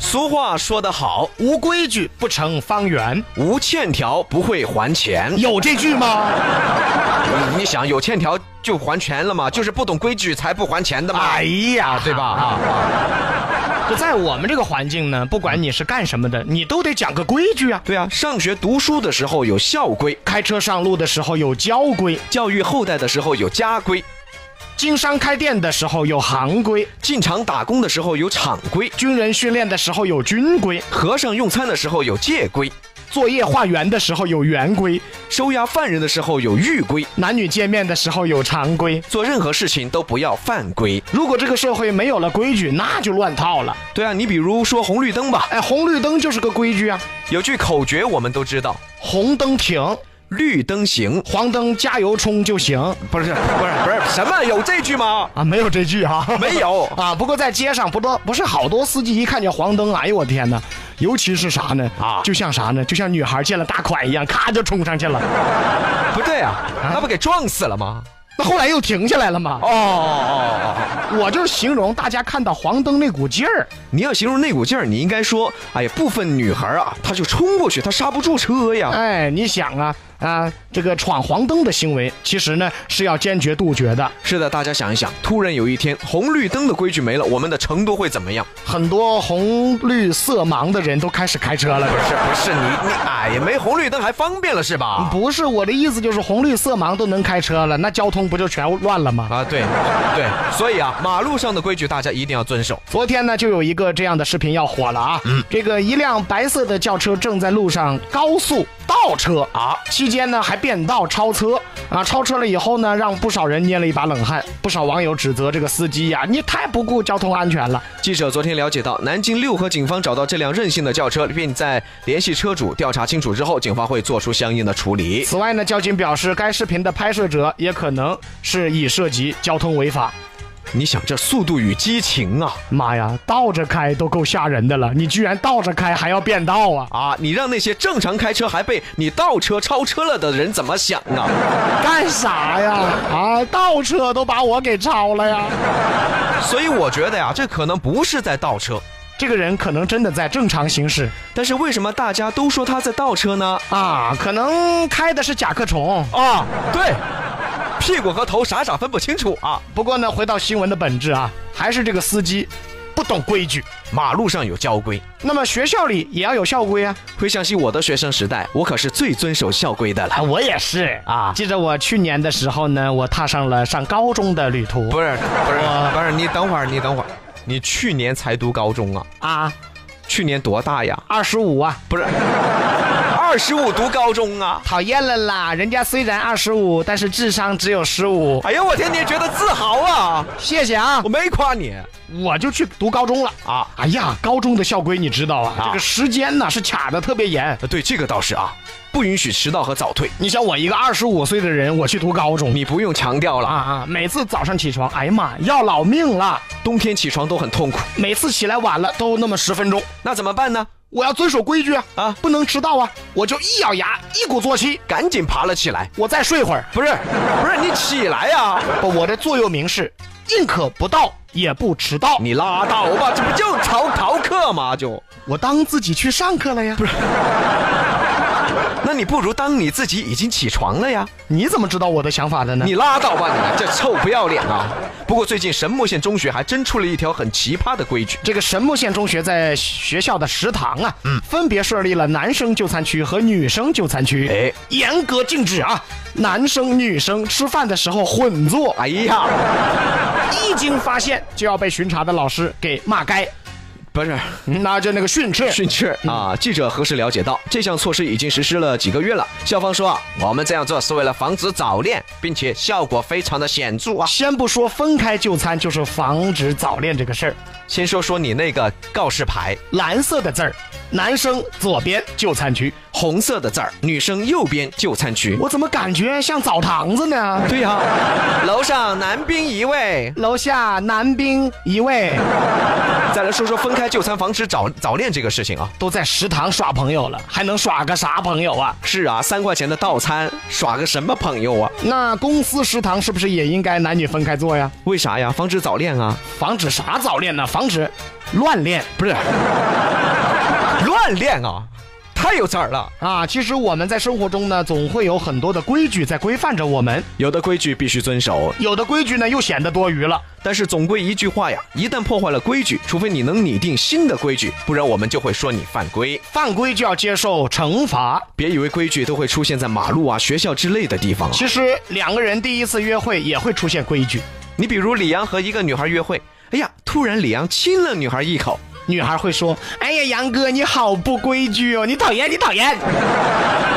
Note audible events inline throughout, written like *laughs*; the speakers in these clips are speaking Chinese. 俗话说得好，无规矩不成方圆，无欠条不会还钱。有这句吗？你想，有欠条就还钱了嘛，就是不懂规矩才不还钱的嘛。哎呀，对吧？啊，就在我们这个环境呢，不管你是干什么的，你都得讲个规矩啊。对啊，上学读书的时候有校规，开车上路的时候有交规，教育后代的时候有家规，经商开店的时候有行规，进厂打工的时候有厂规，军人训练的时候有军规，和尚用餐的时候有戒规，作业化圆的时候有圆规，收押犯人的时候有狱规，男女见面的时候有常规。做任何事情都不要犯规。如果这个社会没有了规矩，那就乱套了。对啊，你比如说红绿灯吧，哎，红绿灯就是个规矩啊，有句口诀我们都知道：红灯停，绿灯行。黄灯加油冲就行不是不是不是什么有这句吗？啊，没有这句哈、，没有啊，不过在街上不多不是好多司机一看见黄灯，哎呦我天哪！尤其是啥呢？啊就像啥呢？就像女孩见了大款一样，咔就冲上去了。不对啊，那不给撞死了吗？那后来又停下来了嘛。哦哦哦。我就是形容大家看到黄灯那股劲儿，你要形容那股劲儿，你应该说，哎呀，部分女孩儿啊，她就冲过去，她刹不住车呀。哎，你想啊啊，这个闯黄灯的行为，其实呢是要坚决杜绝的。是的，大家想一想，突然有一天红绿灯的规矩没了，我们的成都会怎么样？很多红绿色盲的人都开始开车了。是啊不是你你哎呀，没红绿灯还方便了是吧？不是我的意思，就是红绿色盲都能开车了，那交通不就全乱了吗？啊，对对，所以啊，马路上的规矩大家一定要遵守。昨天呢，就有一个这样的视频要火了啊！这个一辆白色的轿车正在路上高速倒车啊，期间呢还变道超车啊，超车了以后呢，让不少人捏了一把冷汗。不少网友指责这个司机呀、你太不顾交通安全了。记者昨天了解到，南京六合警方找到这辆任性的轿车，并在联系车主调查清楚之后，警方会做出相应的处理。此外呢，交警表示，该视频的拍摄者也可能是已涉及交通违法。你想，这速度与激情啊！妈呀，倒着开都够吓人的了，你居然倒着开还要变道啊！啊，你让那些正常开车还被你倒车超车了的人怎么想啊？干啥呀？啊，倒车都把我给超了呀！所以我觉得呀，这可能不是在倒车。这个人可能真的在正常行驶但是为什么大家都说他在倒车呢？啊，可能开的是甲壳虫。啊，对，屁股和头傻傻分不清楚啊。不过呢，回到新闻的本质啊，还是这个司机不懂规矩。马路上有交规，那么学校里也要有校规啊！回想起我的学生时代，我可是最遵守校规的了。我也是啊记着我去年的时候呢，我踏上了上高中的旅途不是不是不是，你等会儿，你等会儿，你去年才读高中啊？啊，去年多大呀？二十五啊，不是，二十五读高中啊？讨厌了啦！人家虽然二十五，但是智商只有十五。哎呀，我天，你觉得自豪啊？谢谢啊我，没夸你我就去读高中了。啊。哎呀，高中的校规你知道啊，啊这个时间呢是卡的特别严。呃对，这个倒是啊，不允许迟到和早退。你像我一个二十五岁的人，我去读高中，你不用强调了啊啊，啊，每次早上起床，哎呀妈，要老命了！冬天起床都很痛苦，每次起来晚了都那么十分钟，那怎么办呢？我要遵守规矩啊，啊不能迟到啊！我就一咬牙，一鼓作气，赶紧爬了起来。我再睡会儿。不是，不是，你起来呀、不我的座右铭是：宁可不到，也不迟到。你拉倒吧，这不就逃逃课吗？就，我当自己去上课了呀。不是，那你不如当你自己已经起床了呀。你怎么知道我的想法的呢？你拉倒吧你，这臭不要脸啊！不过最近神木县中学还真出了一条很奇葩的规矩，这个神木县中学在学校的食堂啊，分别设立了男生就餐区和女生就餐区，哎严格禁止啊，男生女生吃饭的时候混坐，哎呀，一经发现就要被巡查的老师给骂该，不是。那就那个训 *laughs* 斥。训斥啊！记者核实了解到，这项措施已经实施了几个月了。校方说啊，我们这样做是为了防止早恋，并且效果非常的显著啊。先不说分开就餐，就是防止早恋这个事儿，先说说你那个告示牌，蓝色的字儿，男生左边就餐区，红色的字儿，女生右边就餐区。我怎么感觉像澡堂子呢？对呀、楼上男兵一位，楼下男兵一位，再来说说分开就餐防止早早恋这个事情啊。都在食堂耍朋友了，还能耍个啥朋友啊？是啊，三块钱的套餐耍个什么朋友啊？那公司食堂是不是也应该男女分开做呀？为啥呀？防止早恋啊？防止啥早恋呢？防止乱恋不是， *laughs* 乱恋啊，太有劲儿了。啊！其实我们在生活中呢，总会有很多的规矩在规范着我们，有的规矩必须遵守，有的规矩呢又显得多余了。但是总归一句话呀，一旦破坏了规矩，除非你能拟定新的规矩，不然我们就会说你犯规。犯规就要接受惩罚。别以为规矩都会出现在马路啊、学校之类的地方啊。其实两个人第一次约会也会出现规矩，你比如李阳和一个女孩约会，哎呀，突然李阳亲了女孩一口，女孩会说：“哎呀，杨哥你好不规矩哦，你讨厌，你讨厌。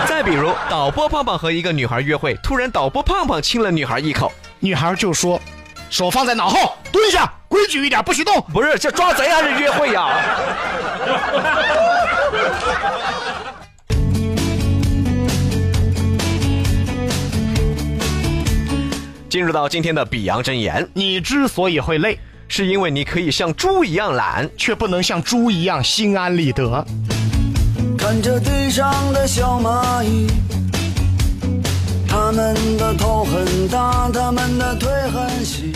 再比如导播胖胖和一个女孩约会，突然导播胖胖亲了女孩一口，”女孩就说：“手放在脑后，蹲下，规矩一点，不许动。”不是这抓贼还是约会呀？进入到今天的比洋真言，你之所以会累，是因为你可以像猪一样懒。却不能像猪一样心安理得。看着地上的小蚂蚁，它们的头很大，它们的腿很细。